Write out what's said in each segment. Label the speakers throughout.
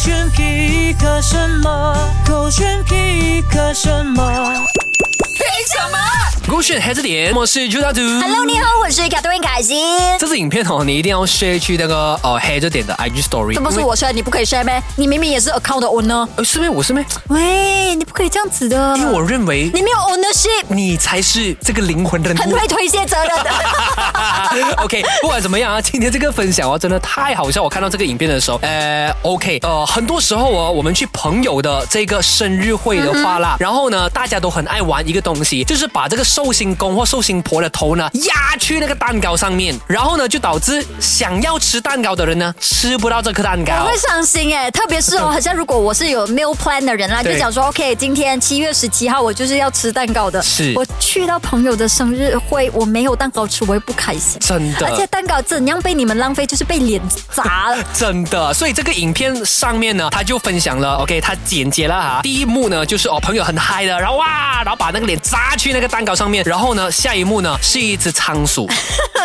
Speaker 1: 选皮克什么？狗选皮克什么？
Speaker 2: 勾选黑字点，我是朱大图。
Speaker 3: Hello，你好，我是卡特琳凯欣。
Speaker 2: 这支影片哦，你一定要 share 去那个哦黑着点的 IG story。
Speaker 3: 这不是
Speaker 2: 因为，
Speaker 3: 我 share，你不可以 share 咩？你明明也是 account 的 owner。
Speaker 2: 呃是咩？我是咩？
Speaker 3: 啊喂，你不可以这样子的。
Speaker 2: 因为我认为
Speaker 3: 你没有 ownership，
Speaker 2: 你才是这个灵魂人
Speaker 3: 很
Speaker 2: 物。
Speaker 3: 会推卸责 任的。
Speaker 2: OK，不管怎么样啊，今天这个分享啊，真的太好笑。我看到这个影片的时候，呃，OK，呃，很多时候哦，我们去朋友的这个生日会的话
Speaker 3: 嗯
Speaker 2: 啦，然后呢，大家都很爱玩一个东西，就是把这个寿星公或寿星婆的头呢压去那个蛋糕上面，然后呢，就导致想要吃蛋糕的人呢吃不到这颗蛋
Speaker 3: 我
Speaker 2: 糕
Speaker 3: 会。伤心哎，特别是哦，好像如果我是有 meal plan 的人啦，
Speaker 2: 对
Speaker 3: 就讲说 OK，今天七月十七号我就是要吃蛋糕的。
Speaker 2: 是
Speaker 3: 我去到朋友的生日会，我没有蛋糕吃，我也不开心。
Speaker 2: 真的，
Speaker 3: 而且蛋糕怎样被你们浪费，就是被脸砸 了。
Speaker 2: 真的，所以这个影片上面呢，他就分享了，OK，他剪接了哈。第一幕呢，就是哦，朋友很嗨的，然后哇，然后把那个脸砸去那个蛋糕上面，然后呢，下一幕呢是一只 仓鼠，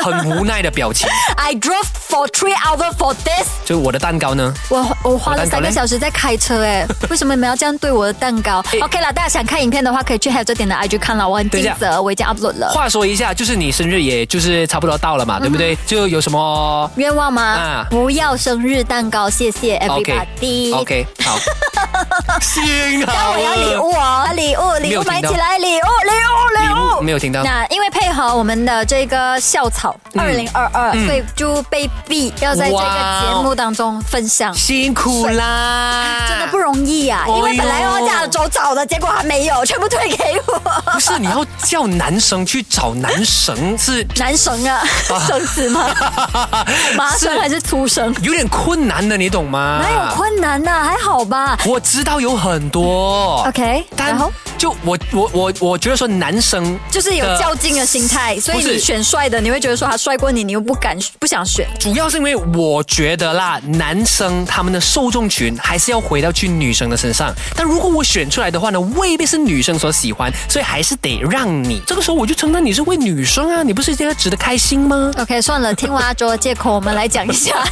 Speaker 2: 很无奈的表情，
Speaker 3: I drove for three hours for this。
Speaker 2: 就是我的蛋糕呢，
Speaker 3: 我我花了
Speaker 2: 蛋糕
Speaker 3: 三
Speaker 2: 嘞
Speaker 3: 个小时在开车 哎，为什么你们要这样对我的蛋糕
Speaker 2: 哎
Speaker 3: ？OK 啦，大家想看影片的话，可以去 h a v 这点的 IG 看了，我很
Speaker 2: 等一
Speaker 3: 尽
Speaker 2: 下
Speaker 3: 责，我已经 upload 了。
Speaker 2: 话说一下，就是你生日也就是差不多到了嘛，对不
Speaker 3: 嗯
Speaker 2: 对？就有什么
Speaker 3: 愿望吗
Speaker 2: 啊？
Speaker 3: 不要生日蛋糕，谢谢 everybody。
Speaker 2: ？OK，好，幸好
Speaker 3: 我 要礼物哦，礼物
Speaker 2: 没
Speaker 3: 礼
Speaker 2: 有
Speaker 3: 物买
Speaker 2: 听到
Speaker 3: 起来，礼物礼物
Speaker 2: 礼
Speaker 3: 礼
Speaker 2: 物
Speaker 3: 物
Speaker 2: 没有听到嗯
Speaker 3: 那因为配合我们的这个校草二零二二，所以就被逼要在这
Speaker 2: 哇
Speaker 3: 个
Speaker 2: 哦
Speaker 3: 节目当中分享。
Speaker 2: 辛苦啦，
Speaker 3: 真的不容易呀、
Speaker 2: 哎呦
Speaker 3: 因为本来要这样走找的，结果还没有，全部退给我。
Speaker 2: 不是你要叫男生去找男神是
Speaker 3: 男神啊，生死 吗？麻生还是粗生？
Speaker 2: 有点困难的，你懂吗？
Speaker 3: 哪有困难呐、还好吧。
Speaker 2: 我知道有很多
Speaker 3: OK，
Speaker 2: 啊但
Speaker 3: 啊然后
Speaker 2: 就我我我我觉得说男生
Speaker 3: 就是有较劲的心态，所以
Speaker 2: 呃不是
Speaker 3: 你选帅的，你会觉得说他帅过你，你又不敢不想选。
Speaker 2: 主要是因为我觉得啦，男生他们的受众群还是要回到去女生的身上。但如果我选出来的话呢，未必是女生所喜欢，所以还是得让你。这个时候我就承担你是为女生啊，你不是应该值得开心吗？
Speaker 3: OK，算了，听完阿卓的借口，我们来讲一 下。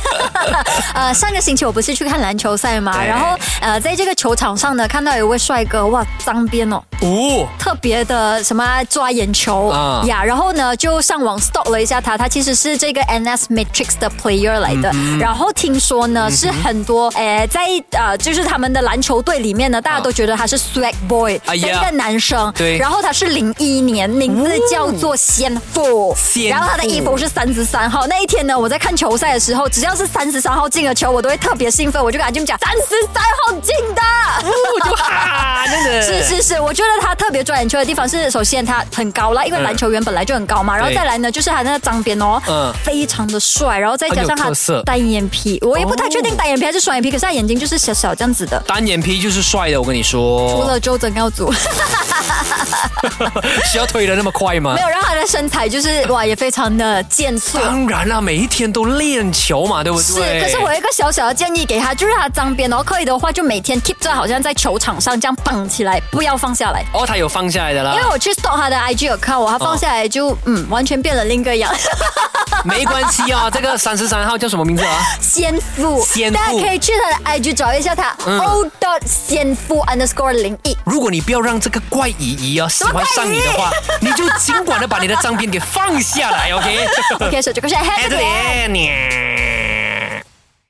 Speaker 3: 呃，上个星期我不是去看篮球赛嘛，
Speaker 2: 对
Speaker 3: 然后呃，在这个球场上呢，看到有一位帅哥，哇，脏辫 哦，
Speaker 2: 哦，
Speaker 3: 特别的什么抓眼球
Speaker 2: 啊
Speaker 3: 呀，然后呢就上网 stalk 了一下他，他其实是这个 NS Matrix 的 player 来的，
Speaker 2: 嗯
Speaker 3: 然后听说呢是很多诶、呃在呃就是他们的篮球队里面呢，大家都觉得他是 swag boy
Speaker 2: 啊哎
Speaker 3: 的
Speaker 2: 呀
Speaker 3: 一个男生，
Speaker 2: 对哦
Speaker 3: 然后他是零一年，名字叫做仙父，
Speaker 2: 仙父
Speaker 3: 然后他的衣服是三十三号。那一天呢，我在看球赛的时候，只要是三十三号进了球，我都会特别兴奋，我就跟他们讲三十三号进的。
Speaker 2: 我哦就哈那 个
Speaker 3: 是是是，我觉得他特别抓眼球的地方是，首先他很高啦，因为
Speaker 2: 嗯
Speaker 3: 篮球员本来就很高嘛，然后
Speaker 2: 对
Speaker 3: 再来呢，就是他那个脏辫哦，
Speaker 2: 嗯
Speaker 3: 非常的帅，然后再加上
Speaker 2: 很有
Speaker 3: 他
Speaker 2: 特色
Speaker 3: 单眼皮，我也不太确定单眼皮还是双眼皮，可是他眼睛就是小小这样子的。
Speaker 2: 单眼皮就是帅的，我跟你
Speaker 3: 除
Speaker 2: 说，
Speaker 3: 了周真耀祖，
Speaker 2: 需要推的那么快吗
Speaker 3: 没？有，然后他的身材就是哇，也非常的健 硕。
Speaker 2: 当然啦，每一天都练球嘛，对不
Speaker 3: 是，
Speaker 2: 啊对？
Speaker 3: 可是我有一个小小的建议给他，就是他脏辫哦，可以的话就每天 keep 着，好像在球场上这样绑起来，不要放下来。
Speaker 2: 哦，他有放下来的啦
Speaker 3: 因为，我去 stalk 他的 IG 有看我，他
Speaker 2: 哦
Speaker 3: 放下来就、嗯，完全变了另一个样。
Speaker 2: 没关 系啊。这个三十三号叫什么名字啊？
Speaker 3: 仙妇，
Speaker 2: 仙妇
Speaker 3: 大家可以去他的 IG 找一下他、o dot 仙妇 underscore 零一。
Speaker 2: 如果你不要让这个怪姨姨啊喜欢上你的 话，你就尽管的把你的脏辫给放下来，OK？
Speaker 3: OK，手机歌是 h a p
Speaker 2: 哎，
Speaker 3: p
Speaker 2: 这
Speaker 3: y
Speaker 2: 里你。